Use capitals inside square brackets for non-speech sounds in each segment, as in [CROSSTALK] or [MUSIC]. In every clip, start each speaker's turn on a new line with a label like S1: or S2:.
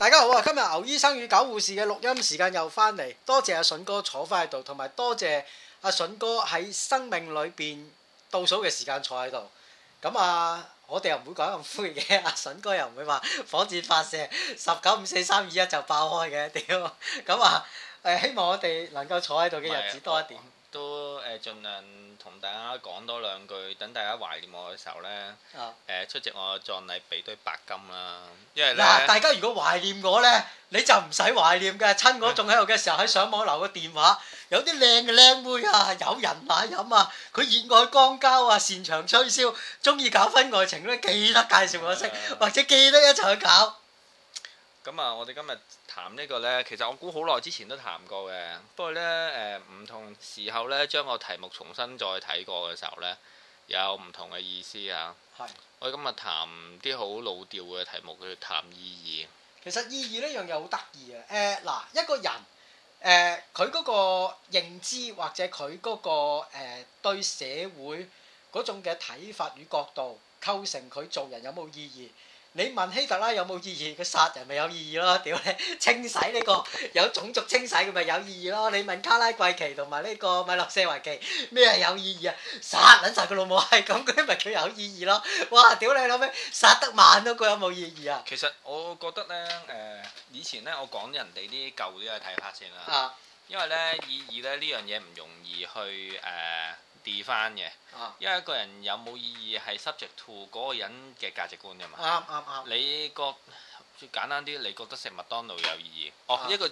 S1: 大家好啊！今日牛醫生與狗護士嘅錄音時間又翻嚟，多謝阿筍哥坐翻喺度，同埋多謝阿筍哥喺生命裏邊倒數嘅時間坐喺度。咁啊，我哋又唔會講咁灰嘅，阿筍哥又唔會話 [LAUGHS] 火箭發射十九五四三二一就爆開嘅，屌！咁啊，誒希望我哋能夠坐喺度嘅日子多一點。
S2: 啊都誒，盡量同大家講多兩句，等大家懷念我嘅時候呢，
S1: 啊！
S2: 誒出席我嘅葬禮俾堆白金啦，因為呢，
S1: 嗱，大家如果懷念我呢，你就唔使懷念嘅。親我仲喺度嘅時候，喺上網留個電話，有啲靚嘅靚妹啊，有人奶飲啊，佢熱愛光交啊，擅長吹簫，中意搞婚外情咧，記得介紹我識，或者記得一齊去搞。
S2: 咁啊，我哋今日談呢個呢，其實我估好耐之前都談過嘅，不過呢，呃誒唔同時候呢，將個題目重新再睇過嘅時候呢，有唔同嘅意思啊。
S1: 係，
S2: 我哋今日談啲好老調嘅題目，叫談意義。
S1: 其實意義呢樣嘢好得意啊。誒、嗱，一個人。誒，佢嗰、個認知或者佢嗰、個誒、對社會嗰種嘅睇法與角度，構成佢做人有冇意義？你問希特拉有冇意義？佢殺人咪有意義咯？屌你， [LAUGHS] 清洗呢、個有種族清洗佢咪有意義咯？你問卡拉季奇同埋呢個米洛舍維奇咩係有意義啊？殺撚晒佢老母係咁，佢咪叫有意義咯？哇！屌你老味，殺得慢都佢有冇意義啊？
S2: 其實我覺得呢，誒、以前呢，我講人哋啲舊啲嘅睇法先啦。
S1: 啊
S2: 因為咧意義咧呢樣嘢唔容易去誒 d 翻嘅，
S1: 啊
S2: 因為一個人有冇意義係 subject to 嗰個人嘅價值觀㗎嘛。
S1: 啱啱啱
S2: 你覺最簡單啲，你覺得食麥當勞有意義？哦
S1: 啊，
S2: 一個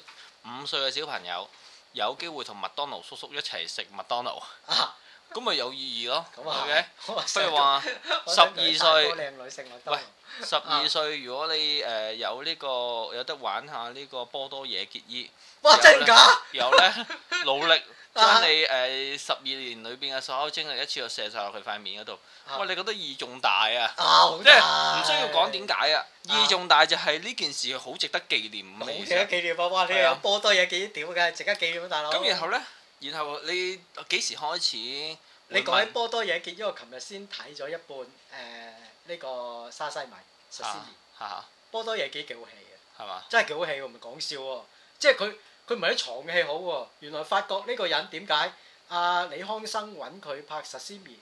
S2: 五歲嘅小朋友有機會同麥當勞叔叔一齊食麥當勞，
S1: 啊！
S2: 咁咪有意義咯。
S1: 咁啊
S2: OK，
S1: 我
S2: 不
S1: 想
S2: 如話
S1: 十二歲，
S2: 12歲
S1: 大哥靚女食麥當勞
S2: 喂十
S1: 啊
S2: 二歲，如果你誒、呃有呢、個有得玩下呢個波多野結衣。
S1: 哇！
S2: 有
S1: 真
S2: 咧
S1: 㗎？
S2: 有咧
S1: [LAUGHS]
S2: 努力
S1: 啊
S2: 將你誒十二年裏邊嘅所有精力一次過射晒落佢塊面嗰度，
S1: 啊
S2: 哇！你覺得意義重大啊，
S1: 啊，好
S2: 即係
S1: 大
S2: 唔需要講點解啊，意
S1: 啊
S2: 義重大就係呢件事好值得紀念咁
S1: 好
S2: 嘅意
S1: 值
S2: 思
S1: 得
S2: 啊。
S1: 紀念啊！哇，你
S2: 係
S1: 有
S2: 啊
S1: 波多嘢幾屌㗎，值得紀念啊，大佬。
S2: 咁然後咧，然後你幾時開始？啊
S1: 你講起波多野結，因為我琴日先睇咗一半誒呢、À, 個沙西米實施
S2: 啊嚇
S1: 波多野結幾好戲嘅，
S2: 係嘛？
S1: 真係幾好戲喎，唔係講笑喎。即係佢佢唔係啲床戲好喎，原來發覺呢個人點解阿李康生揾佢拍實施面，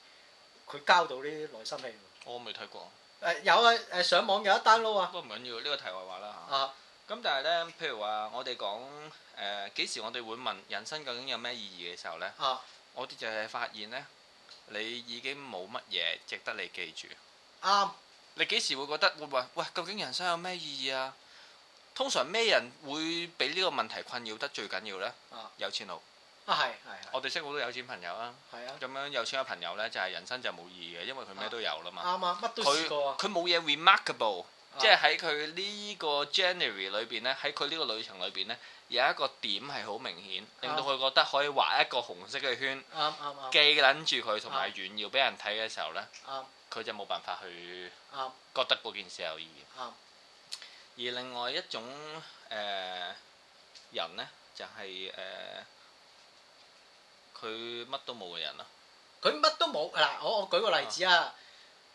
S1: 佢交到呢啲內心戲喎。誒、
S2: 我未睇過，
S1: 有啊誒、上網有一單撈啊
S2: 不過唔緊要，呢個題外話啦嚇。
S1: 啊
S2: 咁但係咧，譬如話我哋講誒幾時我哋會問人生究竟有咩意義嘅時候咧，
S1: 啊
S2: 我哋就係發現咧，你已經冇乜嘢值得你記住。
S1: 啱啊
S2: 你幾時會覺得會話喂，究竟人生有咩意義啊？通常咩人會俾呢個問題困擾得最緊要呢？
S1: 啊
S2: 有錢佬，
S1: 啊係係
S2: 我哋識好多有錢朋友啊。
S1: 係係啊
S2: 咁樣有錢嘅朋友呢，就係人生就冇意義嘅，因為佢咩都有啦嘛。
S1: 啱啊乜都試
S2: 佢
S1: 過啊
S2: 佢冇嘢 remarkable，
S1: 啊
S2: 即係喺佢呢個 January 裏邊呢，喺佢呢個旅程裏邊呢，有一個點係好明顯，令到佢覺得可以畫一個紅色嘅圈，
S1: 啱啱啱
S2: 記撚住佢同埋
S1: 啊
S2: 炫耀俾人睇嘅時候呢，
S1: 啱
S2: 佢就冇辦法去
S1: 啱
S2: 覺得嗰件事有意義。
S1: 啱
S2: 而另外一種誒、呃人呢，就係誒佢乜都冇嘅人咯。
S1: 佢乜都冇嗱，我我舉個例子啊，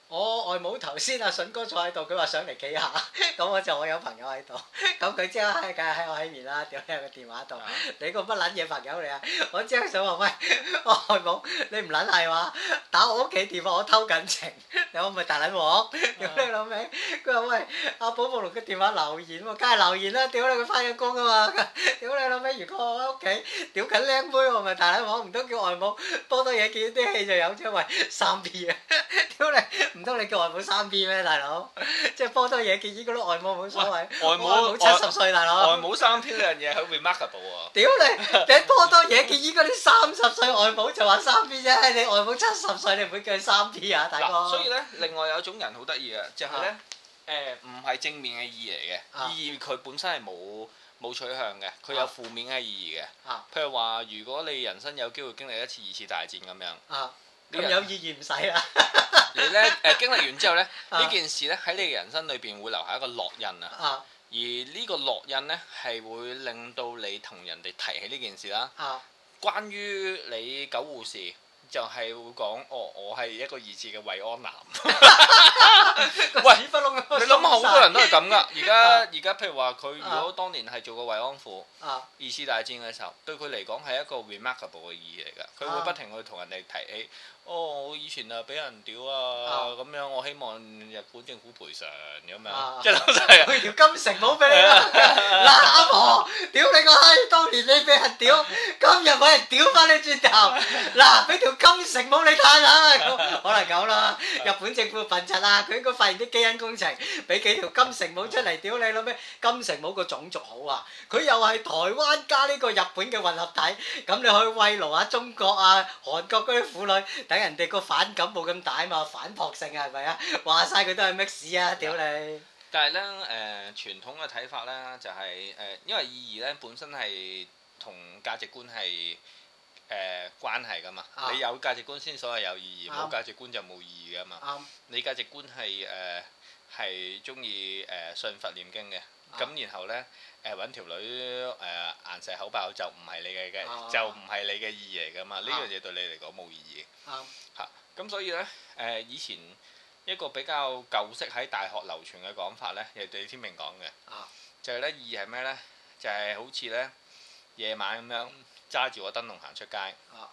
S1: 我外母頭先阿筍哥坐喺度，佢話上嚟企下，咁我就我有朋友喺度，咁佢即刻梗係喺我喺面啦，屌你喺個電話度，
S2: 啊
S1: 你個乜撚嘢朋友嚟啊？ [LAUGHS] 我即刻想話喂， [LAUGHS] 我外母你唔撚係話打我屋企電話，我偷緊情， [LAUGHS] 你我咪大撚 [LAUGHS]
S2: 啊
S1: 鑊，屌你老味！佢話喂，阿寶寶龍嘅電話留言喎，梗係留言啦，屌你佢翻緊工啊嘛， [LAUGHS] 屌你老味！如果我喺屋企屌緊靚妹，我咪大撚鑊，唔通叫外母？ [LAUGHS] 多多嘢見啲戲就有啫，喂三 P 啊！ [LAUGHS] 屌你，唔通你叫外母三 P 咩，大佬？即係波多野結衣嗰啲外母冇所謂，
S2: 外母
S1: 外母七十歲，大
S2: 外
S1: 佬。
S2: 母哦三篇呢樣嘢好 remarkable 喎。
S1: 屌你！你波多野結衣嗰啲三十歲外母就話三 P 啫，你外母七十歲，你唔會叫佢三 P 啊，大哥。
S2: 嗱，所以呢，另外有一種人好得意嘅，就係呢，誒唔係正面嘅意義嚟
S1: 啊
S2: 嘅，意義佢本身係冇冇取向嘅，佢有
S1: 啊
S2: 負面嘅意義嘅。
S1: 啊
S2: 譬如話，如果你人生有機會經歷一次二次大戰咁樣，
S1: 啊，
S2: 呢
S1: 咁
S2: 人
S1: 有意義唔使啦。
S2: 你
S1: [LAUGHS]
S2: 呢誒經歷完之後呢，
S1: 啊
S2: 呢件事呢，喺你嘅人生裏邊會留下一個烙印啊。
S1: 啊
S2: 而呢個烙印呢，係會令到你同人哋提起呢件事啦。
S1: 啊
S2: 關於你狗護士就係會講哦，我係一個二次嘅慰安男。
S1: 喂，屎忽窿咁
S2: 你諗下，好多人都係咁噶。而家
S1: 啊
S2: 而家譬如話，佢如果當年係做過慰安婦，
S1: 啊，
S2: 二次大戰嘅時候，對佢嚟講係一個 remarkable 嘅意義嚟㗎。佢
S1: 啊
S2: 會不停去同人哋提起，哦，我以前啊俾人屌
S1: 啊
S2: 啊咁樣，我希望日本政府賠償咁
S1: 啊
S2: [LAUGHS] 樣，即係諗真係。
S1: 佢條金城冇俾你啦。嗱，阿婆，屌你個閪！當年你俾人屌，今日我係屌翻你轉頭。嗱，俾條金城冇你嘆下，咁可能咁啦。日本政府笨柒啊，佢應該發現啲基因工程，俾幾條金城冇出嚟屌你老咩？金城冇個種族好啊，佢又係台灣加呢個日本嘅混合體，咁你去慰勞下中國啊、韓國嗰啲婦女，等人哋個反感冇咁大嘛，反撲性啊，係咪啊？話晒佢都係 mix 啊，屌你！
S2: 但係咧，誒、傳統嘅睇法咧，就係、誒、因為意義咧本身係同價值觀係誒、關係噶嘛。
S1: 啊
S2: 你有價值觀先所謂有意義，
S1: 啱
S2: 冇價值觀就冇意義噶嘛。
S1: 啱。
S2: 你價值觀係誒係中意誒信佛念經嘅，
S1: 啊
S2: 咁、然後咧誒揾條女誒、硬石口爆就唔係你嘅嘅，
S1: 啊
S2: 就唔係你嘅意義嚟噶嘛。呢
S1: 啊
S2: 樣嘢對你嚟講冇意義。
S1: 啱。
S2: 咁所以咧，誒、呃以前一個比較舊式喺大學流傳嘅講法咧，亦李天明講嘅，
S1: 啊
S2: 就係咧意係咩咧？就係、好似咧夜晚咁樣揸住個燈籠行出街，
S1: 啊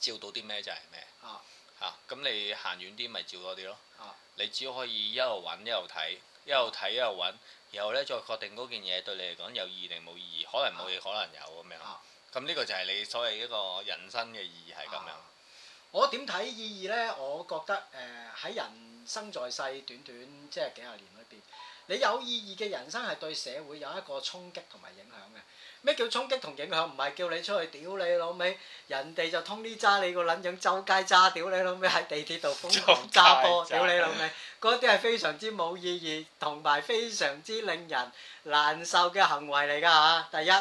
S2: 照到啲咩就係咩
S1: 啊
S2: 嚇。咁、你行遠啲咪照多啲咯。
S1: 啊
S2: 你只可以一路揾一路睇，一路睇一路揾，然後咧再確定嗰件嘢對你嚟講有意義定冇意義，可能冇嘢，可能有咁樣
S1: 啊。
S2: 咁呢個就係你所謂一個人生嘅意義係咁樣。
S1: 啊我點睇意義呢？我覺得誒喺、人生在世短短即係幾廿年裏邊，你有意義嘅人生係對社會有一個衝擊同埋影響嘅。咩叫衝擊同影響？唔係叫你出去屌你老味，人哋就通呢揸你個撚樣周街揸，屌你老味喺地鐵度瘋
S2: [LAUGHS]
S1: 狂揸波，
S2: 周街揸
S1: 屌你老味，嗰啲係非常之冇意義同埋非常之令人難受嘅行為嚟㗎嚇。第一。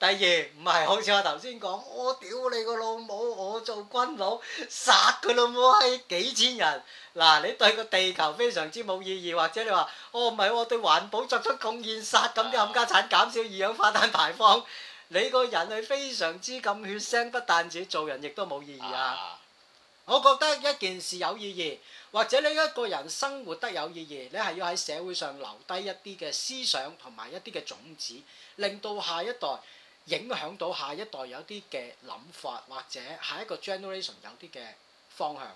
S1: 第二唔係好似我頭先講，我屌你個老母，我做軍佬殺佢老母閪幾千人。嗱，你對個地球非常之冇意義，或者你話哦唔係我對環保作出貢獻，殺咁啲冚家產減少二氧化碳排放，你個人係非常之咁血腥，不但止做人亦都冇意義啊！我覺得一件事有意義，或者你一個人生活得有意義，你係要喺社會上留低一啲嘅思想同埋一啲嘅種子，令到下一代影響到下一代有啲嘅諗法，或者下一個 generation 有啲嘅方向。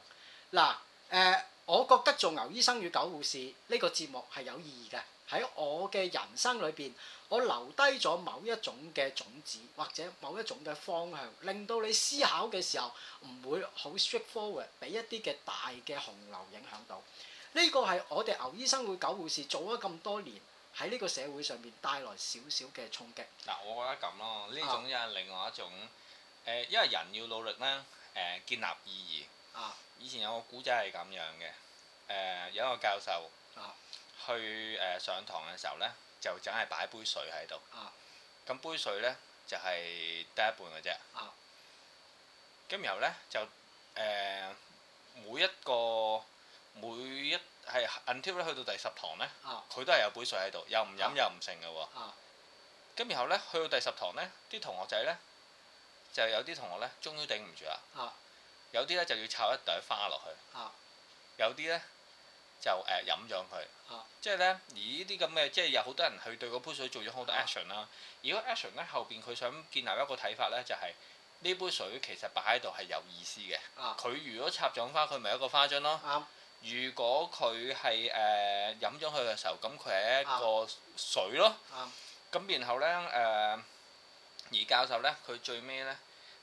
S1: 嗱，誒、我覺得做牛醫生與狗護士呢、個節目係有意義嘅。喺我嘅人生裏邊，我留低咗某一種嘅種子，或者某一種嘅方向，令到你思考嘅時候。唔會好 straightforward，俾一啲嘅大嘅洪流影響到。呢個係我哋牛醫生會狗護士做咗咁多年，喺呢個社會上面帶來少少嘅衝擊。
S2: 嗱，我覺得咁咯，
S1: 啊
S2: 呢種又係另外一種誒、因為人要努力咧，誒、建立意義。
S1: 啊！
S2: 以前有個古仔係咁樣嘅，誒、有一個教授
S1: 啊
S2: 去誒、上堂嘅時候咧，就淨係擺杯水喺度。
S1: 啊！
S2: 咁杯水咧就係、得一半嘅啫。
S1: 啊！
S2: 咁然後咧就誒、每一個每一係 until 咧去到第十堂咧
S1: 啊，
S2: 佢都係有杯水喺度，又唔飲
S1: 啊
S2: 又唔剩嘅喎。
S1: 啊
S2: 咁然後咧，去到第十堂咧，啲同學仔咧就有啲同學咧，終於頂唔住啦。
S1: 啊
S2: 有啲咧就要插一朵花落去。
S1: 啊
S2: 有啲咧就誒、呃、飲咗佢。
S1: 啊
S2: 即係咧，而呢啲咁嘅，即係有好多人去對嗰杯水做咗好多
S1: 啊
S2: action 啦。而嗰 action 咧後邊佢想建立一個睇法咧，就係、呢杯水其實擺喺度係有意思嘅。
S1: 啊
S2: 佢如果插咗花，佢咪一個花樽咯。
S1: 啱
S2: 如果佢係誒呃飲咗佢嘅時候，咁佢係一個水咯。
S1: 啱
S2: 咁然後咧誒、而教授咧，佢最尾咧，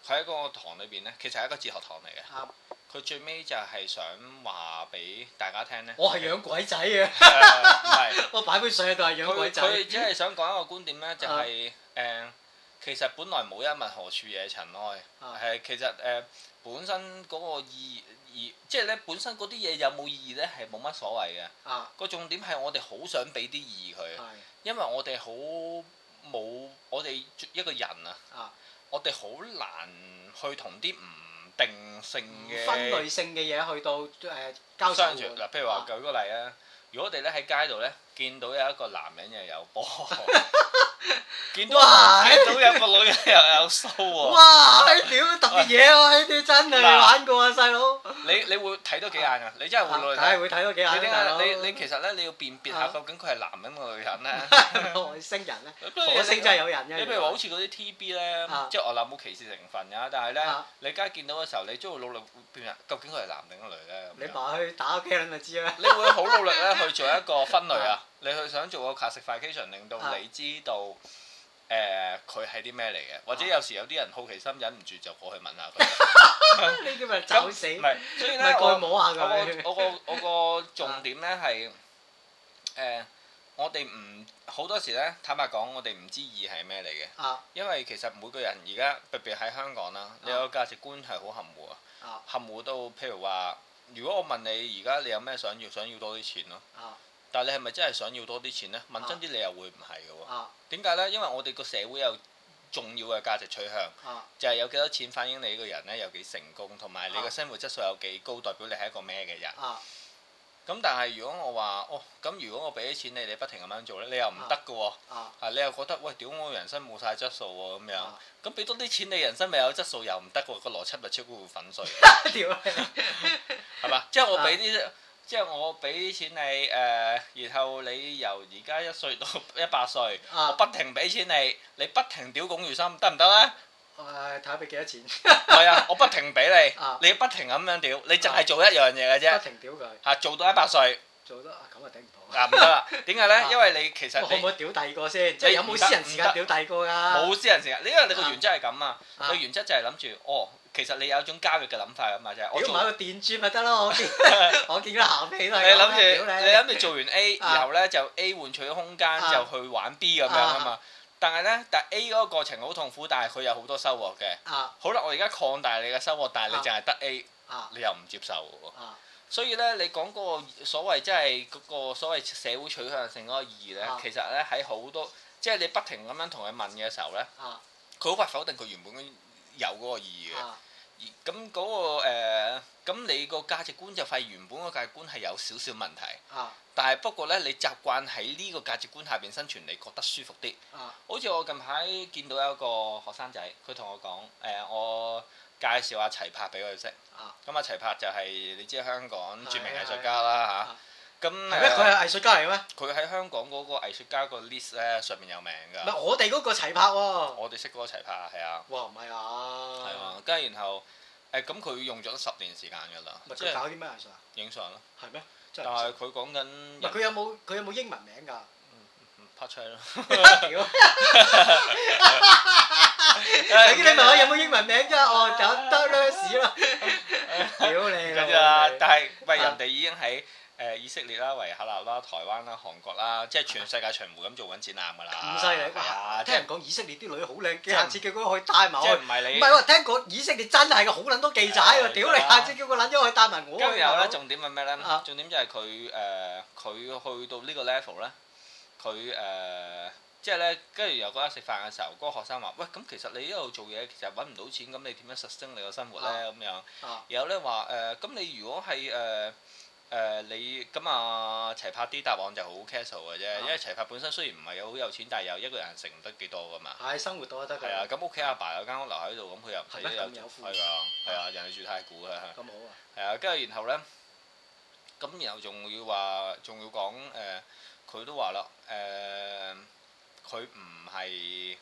S2: 佢喺嗰個堂裏邊咧，其實係一個哲學堂嚟嘅。
S1: 啱，
S2: 佢最尾就係想話俾大
S1: [LAUGHS]
S2: 家 [LAUGHS] 聽咧，
S1: 我係養鬼仔嘅，
S2: 誒唔係
S1: [LAUGHS] 我擺杯水喺度係養
S2: 佢
S1: 鬼啊仔。
S2: 佢只係想講一個觀點咧，就係、誒、其實本來冇一物何處惹塵埃。
S1: 啊
S2: 係其實誒、呃本身嗰個意義，即係咧本身嗰啲嘢有冇意義咧係冇乜所謂嘅。
S1: 啊
S2: 個重點係我哋好想俾啲意義佢。
S1: 係
S2: 因為我哋好冇，我哋一個人啊，
S1: 啊
S2: 我哋好難去同啲唔定性嘅
S1: 分類性嘅嘢去到誒交
S2: 相
S1: 相
S2: 處。
S1: 處
S2: 嗱，譬如話舉個例啊，如果我哋咧喺街度咧見到有一個男人又有波，見到
S1: 哇
S2: 見到有個女人又有須喎，
S1: 哇！唉屌，特別嘢喎，呢啲真係未
S2: 嗱
S1: 玩過啊，細佬。
S2: 你你會睇多幾眼㗎，你真係會努力
S1: 梗係會睇多幾眼
S2: 你點
S1: 啦，
S2: 解
S1: [LAUGHS]
S2: 你你其實咧你要辨別下究竟佢係男人定女人咧？
S1: 你外星人咧，火星真係有人嘅。
S2: 你譬如話好似嗰啲 T.B. 咧
S1: 啊，
S2: 即係我諗冇歧視成分㗎，但係咧
S1: 啊
S2: 你梗係見到嘅時候，你都會努力辨別究竟佢係男定女咧。
S1: 你
S2: 咁樣
S1: 埋去打機輪就知啦。
S2: 你會好努力咧去做一個分類 [LAUGHS] 啊，你去想做個 classification，令到
S1: 啊
S2: 你知道誒佢係啲咩嚟嘅，或者有時有啲人好奇心忍唔住就過去問下 [LAUGHS] 佢。
S1: 呢啲咪走死，
S2: 唔係，所以
S1: 咪
S2: 咧
S1: 過去
S2: 我
S1: 摸下
S2: 我
S1: 佢
S2: 個。我個 [LAUGHS] 我個重點咧係誒，我哋唔好多時咧，坦白講，我哋唔知義係咩嚟嘅。
S1: [LAUGHS] 啊
S2: 因為其實每個人而家特別喺香港啦，你有個價值觀係好含糊啊，
S1: 啊
S2: 含糊到譬如話，如果我問你而家你有咩想要，想要多啲錢咯。
S1: 啊
S2: 但係你係咪真係想要多啲錢呢？問真啲你又會唔係嘅喎？
S1: 啊
S2: 點解呢？因為我哋個社會有重要嘅價值取向，
S1: 啊！
S2: 就係有幾多錢反映你個人呢有幾成功，同埋你嘅生活質素有幾高，代表你係一個咩嘅人。
S1: 啊！
S2: 咁但係如果我話哦，咁如果我俾啲錢你，你不停咁樣做呢，你又唔得嘅喎。
S1: 啊
S2: 啊！你又覺得喂，屌我人生冇晒質素喎咁樣
S1: 啊，
S2: 咁俾多啲錢你人生咪有質素又唔得喎，個邏輯咪超乎粉
S1: [LAUGHS]
S2: 碎。
S1: 屌你！
S2: 係嘛？即係我俾啲，
S1: 啊
S2: 即係我俾啲錢你誒、然後你由而家一歲到一百歲，我
S1: 啊
S2: 不停俾錢你，你不停屌龔如心得唔得咧？
S1: 誒睇下俾幾多 [LAUGHS] 錢，
S2: 係啊，我不停俾
S1: 啊
S2: 你，你不停咁樣屌，你淨係做一樣嘢嘅啫
S1: 不。停屌佢，
S2: 嚇做到一百歲
S1: 做得啊咁啊頂唔到啊！
S2: 嗱唔得
S1: [LAUGHS]
S2: 啦，點解咧
S1: 啊？
S2: 因為你其實
S1: 可唔
S2: 你
S1: 可以屌第二個先？即係有冇私人時間屌第二個㗎？
S2: 冇私人時間，因為你個
S1: 啊
S2: 原則係咁啊，
S1: 啊
S2: 你原則就係諗住哦，其實你有一種交易嘅諗法啊嘛，就係我
S1: 屌
S2: 做
S1: 買個電鑽咪得咯！我見 [LAUGHS] 我見嗰鹹皮都
S2: 你
S1: 係
S2: 諗
S1: 咁
S2: 住
S1: 啦
S2: 你
S1: 屌
S2: 諗住做完 A，
S1: 啊
S2: 然後咧就 A 換取空間
S1: 啊
S2: 就去玩 B 咁樣啊嘛。但係咧，但 A 嗰個過程好痛苦，但係佢有好多收穫嘅。
S1: 你啊
S2: 好啦，我而家擴大你嘅收穫，但係你
S1: 啊
S2: 淨係得 A，
S1: 啊
S2: 你又唔接受喎。
S1: 啊！
S2: 所以咧，你講嗰個所謂即係嗰個所謂社會取向性嗰個意義咧
S1: 啊，
S2: 其實咧喺好多即係你不停咁樣同佢問嘅時候咧，
S1: 啊
S2: 佢好快否定佢原本有嗰個意義嘅。
S1: 啊！
S2: 而咁嗰個誒，咁你個價值觀就發現原本個價值觀係有少少問題。
S1: 啊
S2: 但係不過咧，你習慣喺呢個價值觀下邊生存，你覺得舒服啲。
S1: 啊
S2: 好似我近排見到有一個學生仔，佢同我講誒、我介紹阿齊柏俾佢識。
S1: 啊！
S2: 咁阿齊柏就係你知香港著名藝術
S1: 係
S2: 家啦嚇。咁
S1: 係咩？啊佢
S2: 誒
S1: 係藝術家嚟嘅咩？
S2: 佢喺香港嗰個藝術家個 list 咧上面有名
S1: 唔係
S2: 㗎。
S1: 我哋嗰個齊拍喎。
S2: 我哋識嗰個齊柏係啊，
S1: 哇，唔係啊！
S2: 係啊。跟住然後誒咁佢用咗十年時間㗎啦，
S1: 咪
S2: 即
S1: 佢
S2: 係
S1: 搞啲咩藝術啊？
S2: 影相咯。
S1: 係咩？真
S2: 但
S1: 係
S2: 係
S1: 唔
S2: 佢講緊
S1: 識。唔係佢有冇佢有冇英文名㗎？
S2: 嗯拍出嚟咯。
S1: 屌！頭先 [LAUGHS] 你問我有冇英文名啫，哦就得啦屎啦！ [LAUGHS] 屌你
S2: 嘅啫，
S1: 啦！
S2: 啊但係喂
S1: 啊
S2: 人哋已經喺誒以色列啦、維也納啦、台灣啦、韓國啦，即係全世界巡迴咁做緊展覽㗎啦。
S1: 咁犀利！哇
S2: 啊！
S1: 聽人講以色列啲女好靚，下次叫佢去帶埋
S2: 即
S1: 我
S2: 係
S1: 去。
S2: 唔係
S1: 唔
S2: 你
S1: 係？喎，聽講以色列真係個好撚多記者喎！屌你，
S2: 係啊
S1: 下次叫個撚咗去帶埋我
S2: 今日
S1: 去。
S2: 有咧，重點係咩咧
S1: 啊？
S2: 重點就係佢誒，佢去到呢個 level 咧，佢誒。即係咧，跟住又嗰日食飯嘅時候，嗰、個學生話：喂，咁其實你一路做嘢，其實揾唔到錢，咁你點樣實升你個生活咧？咁樣。
S1: 啊
S2: 有咧話誒，咁、你如果係誒誒你咁啊齊拍啲答案就好 casual 嘅啫，
S1: 啊
S2: 因為齊拍本身雖然唔係好有錢，但係有一個人食唔得幾多噶嘛。
S1: 係生活多得㗎。
S2: 係啊，咁屋企阿爸有間屋留喺度，咁佢又唔使
S1: 係咩
S2: 有
S1: 咁有富
S2: 係啊，係啊，人哋住太古嘅，
S1: 咁好啊！
S2: 係啊，跟住然後咧，咁然後仲要話，仲要講誒，呃佢、都話啦，誒、佢唔係。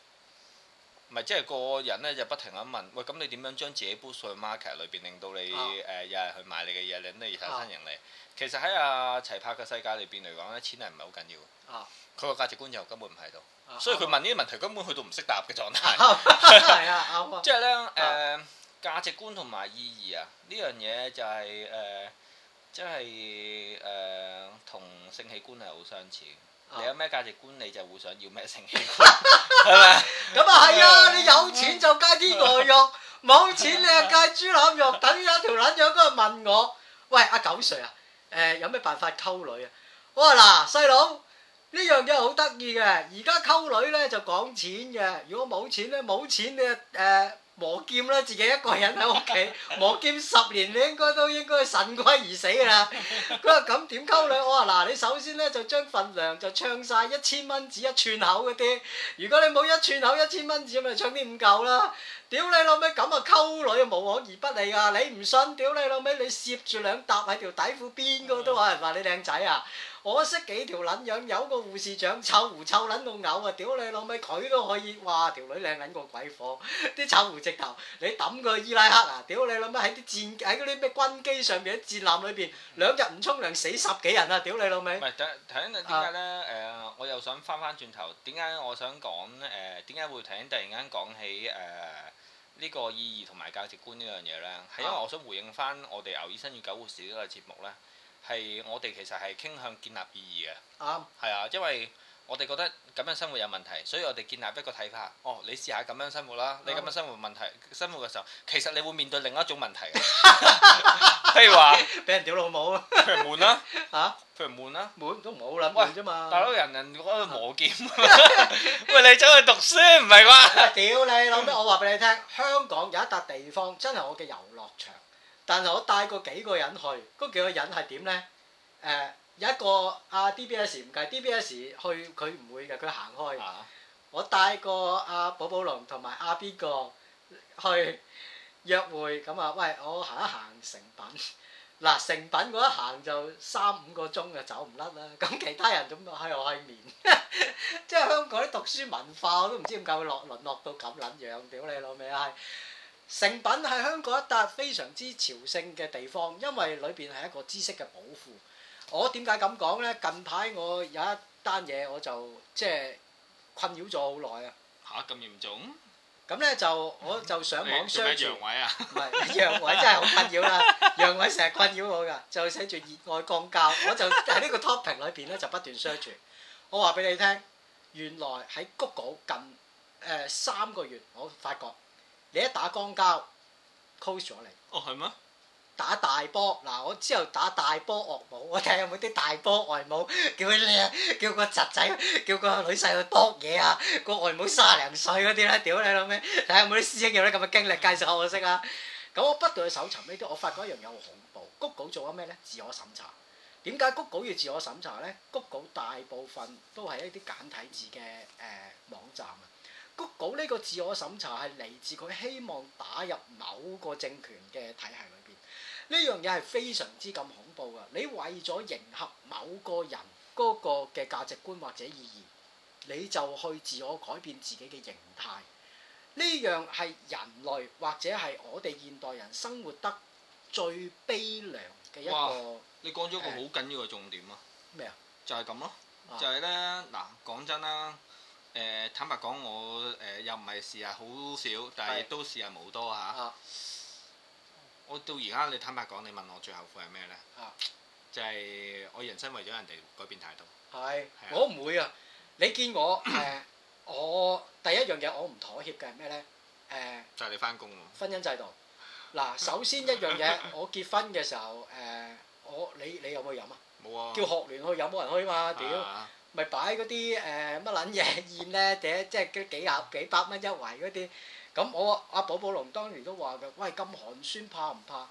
S2: 唔係，即係個人咧就不停咁問，喂，咁你點樣將自己 boost 去 market 裏邊，令到你誒、
S1: 啊
S2: 呃有人去買你嘅嘢，令到你產生盈利？其實喺阿齊柏嘅世界裏邊嚟講咧，錢係唔係好緊要？
S1: 啊
S2: 佢個價值觀就根本唔喺度，
S1: 啊
S2: 所以佢
S1: 啱
S2: 問呢啲問題根本去到唔識答嘅狀態。
S1: 係啊，啱啊！
S2: 即係咧誒價值觀同埋意義啊，呢樣嘢就係、誒、即係誒同性器官係好相似嘅。
S1: 啊
S2: 你有咩價值觀，你就會想要咩性器官，
S1: [LAUGHS]
S2: 係咪？
S1: 咁啊係啊！你有錢就加天鵝肉，冇錢你啊加豬腩肉。等於有條撚樣嗰日問我：，啊喂，阿九 Sir 啊，誒、有咩辦法溝女啊？我話嗱，細佬呢樣嘢好得意嘅，而家溝女咧就講錢嘅，如果冇錢咧，冇錢你誒、呃、磨劍啦，自己一個人喺屋企磨劍十年，你應該都應該腎虧而死㗎啦。佢話咁點溝女？我話嗱，你首先咧就將份糧就唱晒一千蚊紙一串口嗰啲。如果你冇一串口一千蚊紙，咪唱啲五嚿啦。屌你老味咁啊溝女無往而不利㗎！你唔信？屌你老味，你攝住兩沓喺條底褲邊個都有人話你靚仔啊！我識幾條撚樣，有個護士長臭狐臭撚到嘔啊！屌你老味，佢都可以，哇條女靚撚過鬼火，啲臭狐直頭你抌佢去伊拉克啊！屌你老味喺啲戰喺嗰啲咩軍機上面，喺戰艦裏邊兩日唔沖涼死十幾人啊！屌你老味
S2: 唔，係，但頭先點解咧？誒、
S1: 啊
S2: 我又想翻翻轉頭，點解我想講誒？點解會突然突然間講起誒呢、個意義同埋價值觀呢樣嘢咧？係因為
S1: 啊
S2: 我想回應翻我哋牛醫生與狗護士呢個節目咧，係我哋其實係傾向建立意義嘅。
S1: 啱
S2: 係啊，因為我哋覺得咁樣生活有問題，所以我哋建立一個睇法。哦，你試下咁樣生活
S1: 嗯
S2: 啦，你咁樣生活問題，生活嘅時候，其實你會面對另一種問題
S1: [LAUGHS]
S2: 嘅， [LAUGHS] 譬如話
S1: 俾人屌老母啊！
S2: 譬如
S1: [LAUGHS]
S2: 悶啦，
S1: 嚇
S2: 譬如悶啦。
S1: 滿都唔好啦，
S2: 喂
S1: 滿啫嘛。
S2: 大佬人人嗰度磨劍， [LAUGHS] 喂你走去讀書唔係啩？
S1: [LAUGHS] 屌你老味！我話俾你聽，香港有一笪地方真係我嘅遊樂場，但係我帶過幾個人去，嗰幾個人係點呢？誒、有一個啊 DBS 唔計，DBS 去佢唔會嘅，佢行開。我帶個阿寶寶龍同埋阿邊個去約會，咁啊，喂，我行一行成品。 [LAUGHS] 嗱，成品嗰一行就三五個鐘就走唔甩啦， [LAUGHS] 咁其他人咁喺我喺面，即係香港啲讀書文化我都唔知點解會落淪落到咁撚樣，屌你老味啊！係成品係香港一笪非常之朝聖嘅地方，因為裏邊係一個知識嘅寶庫。我點解咁講呢？近排我有一單嘢我就即係困擾咗好耐啊！
S2: 嚇咁嚴重？
S1: 咁呢，就我就上網
S2: 嗯你做咩
S1: search 住
S2: 陽位啊？ [LAUGHS]
S1: 唔係陽位真係好困擾啦，陽位成日困擾我㗎，就寫住熱愛光交，我就喺呢個 topic 裏邊咧就不斷 search 住。我話俾你聽，原來喺谷稿近誒、呃三個月，我發覺你一打光交 close 咗你。
S2: 哦係咩？
S1: 打大波嗱，我之後打大波樂舞，我睇下有冇啲大波外母，叫佢靚，叫個侄仔，叫個女婿去搏嘢啊，個外母卅零歲嗰啲咧，屌你老味，睇下有冇啲師兄有啲咁嘅經歷，介紹下我識啊！咁我不斷去搜尋呢啲，我發覺一樣嘢好恐怖，谷稿做緊咩咧？自我審查。點解谷稿要自我審查咧？谷稿大部分都係一啲簡體字嘅誒、呃、網站啊。谷稿呢個自我審查係嚟自佢希望打入某個政權嘅體系裏邊。呢樣嘢係非常之咁恐怖噶。你為咗迎合某個人嗰個嘅價值觀或者意義，你就去自我改變自己嘅形態。呢樣係人類或者係我哋現代人生活得最悲涼嘅一個
S2: 你講咗個好緊要嘅重點啊！
S1: 咩啊？
S2: 就係咁咯，
S1: 啊
S2: 就係咧嗱，講真啦。誒、坦白講，我誒、又唔係時日好少，但係
S1: 係
S2: 亦都時日冇多嚇。
S1: 啊
S2: 我到而家你坦白講，你問我最後悔係咩咧？
S1: 啊
S2: 就係我人生為咗人哋改變態度。
S1: 係
S2: 啊，
S1: 我唔會啊！你見我誒、 [COUGHS] 我第一樣嘢我唔妥協嘅係咩咧？誒、
S2: 就係你翻工喎。
S1: 婚姻制度。嗱，首先一樣嘢，我結婚嘅時候，誒、我你你有冇飲啊？
S2: 冇啊。
S1: 叫學聯去飲冇人去嘛？屌，
S2: 啊
S1: 咪擺嗰啲誒乜撚 [LAUGHS] 嘢宴咧，嗲即係嗰幾廿幾百蚊一圍嗰啲。咁我阿寶寶龍當年都話嘅，喂咁寒酸怕唔怕？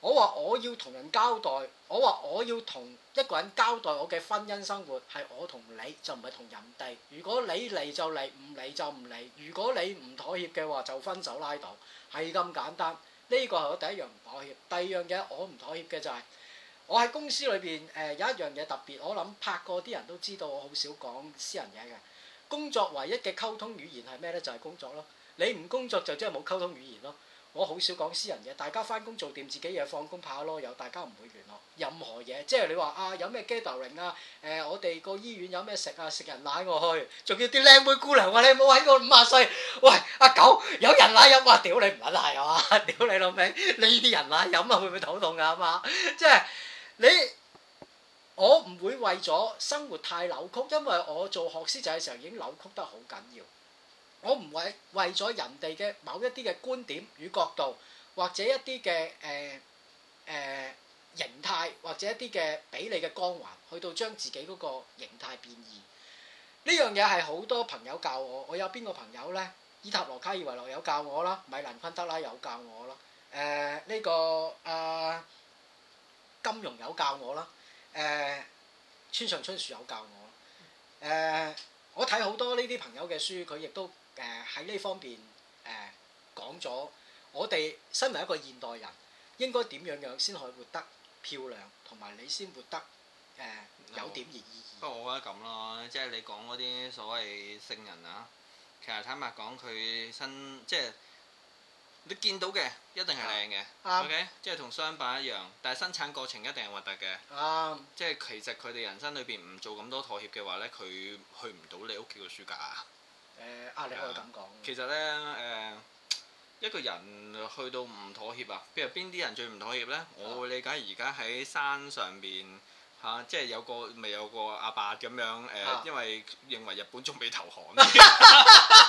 S1: 我話我要同人交代，我話我要同一個人交代我嘅婚姻生活係我同你，就唔係同人哋。如果你嚟就嚟，唔嚟就唔嚟。如果你唔妥協嘅話，就分手拉倒，係咁簡單。呢個係我第一樣唔妥協，第二樣嘢我唔妥協嘅就係、我喺公司裏邊誒有一樣嘢特別，我諗拍過啲人都知道，我好少講私人嘢嘅。工作唯一嘅溝通語言係咩呢？就係、工作咯。你唔工作就真係冇溝通語言咯。我好少講私人嘢，大家翻工做掂自己嘢，放工拍下咯，有大家唔會聯絡任何嘢。即係你話啊，有咩 gathering 啊？誒、我哋個醫院有咩食啊？食人奶我去，仲要啲靚妹姑娘話你冇喺個五啊歲，喂阿狗有人奶飲，哇屌你唔撚係啊嘛，屌你老味，呢啲人奶飲啊會唔會肚痛㗎阿嘛？即係你我唔會為咗生活太扭曲，因為我做學師仔嘅時候已經扭曲得好緊要。我唔為為咗人哋嘅某一啲嘅觀點與角度，或者一啲嘅誒誒形態，或者一啲嘅俾你嘅光環，去到將自己嗰個形態變異。呢樣嘢係好多朋友教我，我有邊個朋友呢？誒、伊塔羅卡爾維諾有教我啦，米蘭昆德拉有教我啦，誒、呢、個啊、金庸有教我啦，誒、村上春樹有教我啦，誒、我睇好多呢啲朋友嘅書，佢亦都誒喺呢方面誒、講咗，我哋身為一個現代人，應該點樣樣先可以活得漂亮，同埋你先活得誒、有點而意義。
S2: 不過我覺得咁咯，即係你講嗰啲所謂聖人啊，其實坦白講，佢身即係你見到嘅一定係靚嘅
S1: 啱
S2: ，OK，即係同商品一樣，但係生產過程一定係核突嘅。
S1: 啱
S2: 即係其實佢哋人生裏邊唔做咁多妥協嘅話呢，佢去唔到你屋企個書
S1: 誒
S2: 架。
S1: 啊！你可以咁講。
S2: 其實呢，誒、一個人去到唔妥協啊，譬如邊啲人最唔妥協呢？我會理解而家喺山上邊嚇、即係有個咪有個阿伯咁樣誒，
S1: 啊
S2: 因為認為日本仲未投降。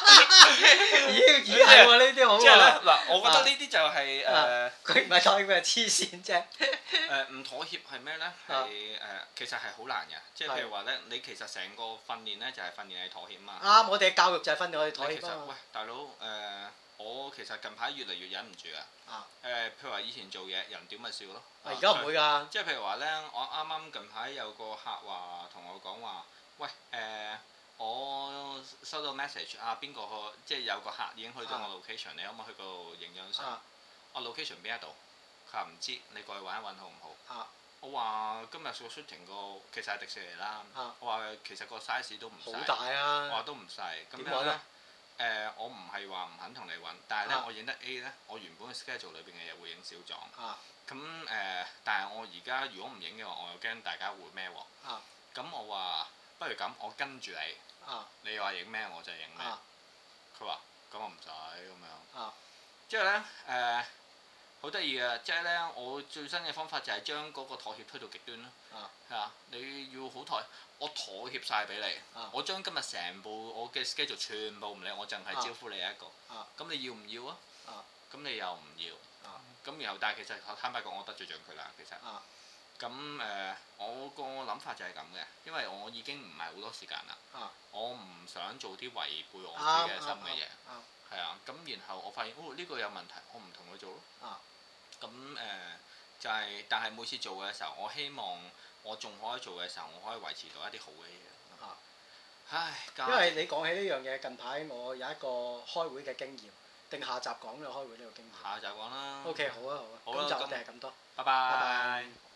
S1: 咦咦係喎，呢啲好啊
S2: 即係
S1: 喎
S2: 呢，。嗱，我覺得呢啲就係誒
S1: 啊佢唔係當佢係黐線啫。 [LAUGHS]
S2: 誒唔妥協係咩
S1: 啊
S2: 呢？係誒、其實係好難嘅，即係譬如話呢，你其實成個訓練呢，就係訓練你妥協嘛。
S1: 啱，我哋嘅教育就係分到啊去妥
S2: 但其
S1: 協
S2: 實
S1: 啊
S2: 喂
S1: 嘛。，
S2: 大佬誒、我其實近排越嚟越忍唔住啊！
S1: 啊
S2: 誒、譬如話以前做嘢人屌咪笑咯，
S1: 啊而家唔會㗎。
S2: 即係譬如話咧，我啱啱近排有個客話同我講話，喂誒、我收到 message 啊，邊個去即係有個客已經去到
S1: 啊
S2: 我 location，你可唔可以去嗰度影張相？
S1: 啊
S2: 我 location 邊一度？佢話唔知，你過去揾一揾好唔好？
S1: 啊
S2: 我話今日個 shooting 個其實係迪士尼啦，
S1: 啊
S2: 我話其實個 size 都唔
S1: 好
S2: 細。
S1: 大
S2: 我話
S1: 啊！
S2: 都唔細，咁
S1: 點
S2: 樣
S1: 揾
S2: 咧
S1: 啊？
S2: 誒、我唔係話唔肯同你揾，但係咧，
S1: 啊
S2: 我影得 A 咧，我原本嘅 schedule 裏邊嘅嘢會影少咗。
S1: 啊
S2: 咁誒、但係我而家如果唔影嘅話，我又驚大家會咩喎？
S1: 啊
S2: 咁我話不如咁，我跟住你，
S1: 啊
S2: 你話影咩我就影咩。
S1: 啊
S2: 佢話咁我唔使咁樣
S1: 啊。
S2: 之後咧誒，好得意啊嘅，即係咧，我最新嘅方法就係將嗰個妥協推到極端啦。
S1: 啊
S2: 係啊，你要好妥，我妥協晒俾你
S1: 啊。
S2: 我將今日成部我嘅 schedule 全部唔理，我淨係招呼你一個
S1: 啊。
S2: 咁你要唔要啊
S1: 啊？
S2: 咁你又唔要
S1: 啊？
S2: 咁然後但係其實坦白講，我得罪咗佢啦，其實。
S1: 啊
S2: 咁誒、呃我個諗法就係咁嘅，因為我已經唔係好多時間啦。
S1: 啊
S2: 我唔想做啲違背我
S1: 啱
S2: 自己嘅心嘅嘢。
S1: 啱啱
S2: 係啊，咁然後我發現哦呢、個有問題，我唔同佢做咯。
S1: 啊，
S2: 咁誒、就係、但係每次做嘅時候，我希望我仲可以做嘅時候，我可以維持到一啲好嘅嘢。
S1: 啊，
S2: 唉，家
S1: 因為你講起呢樣嘢，近排我有一個開會嘅經驗，定下集講呢個開會呢個經驗。
S2: 下集講啦。
S1: O K，好啊好啊，
S2: 好啦
S1: 咁就
S2: 咁
S1: 我哋係咁多，
S2: 拜
S1: 拜
S2: 拜
S1: 拜。。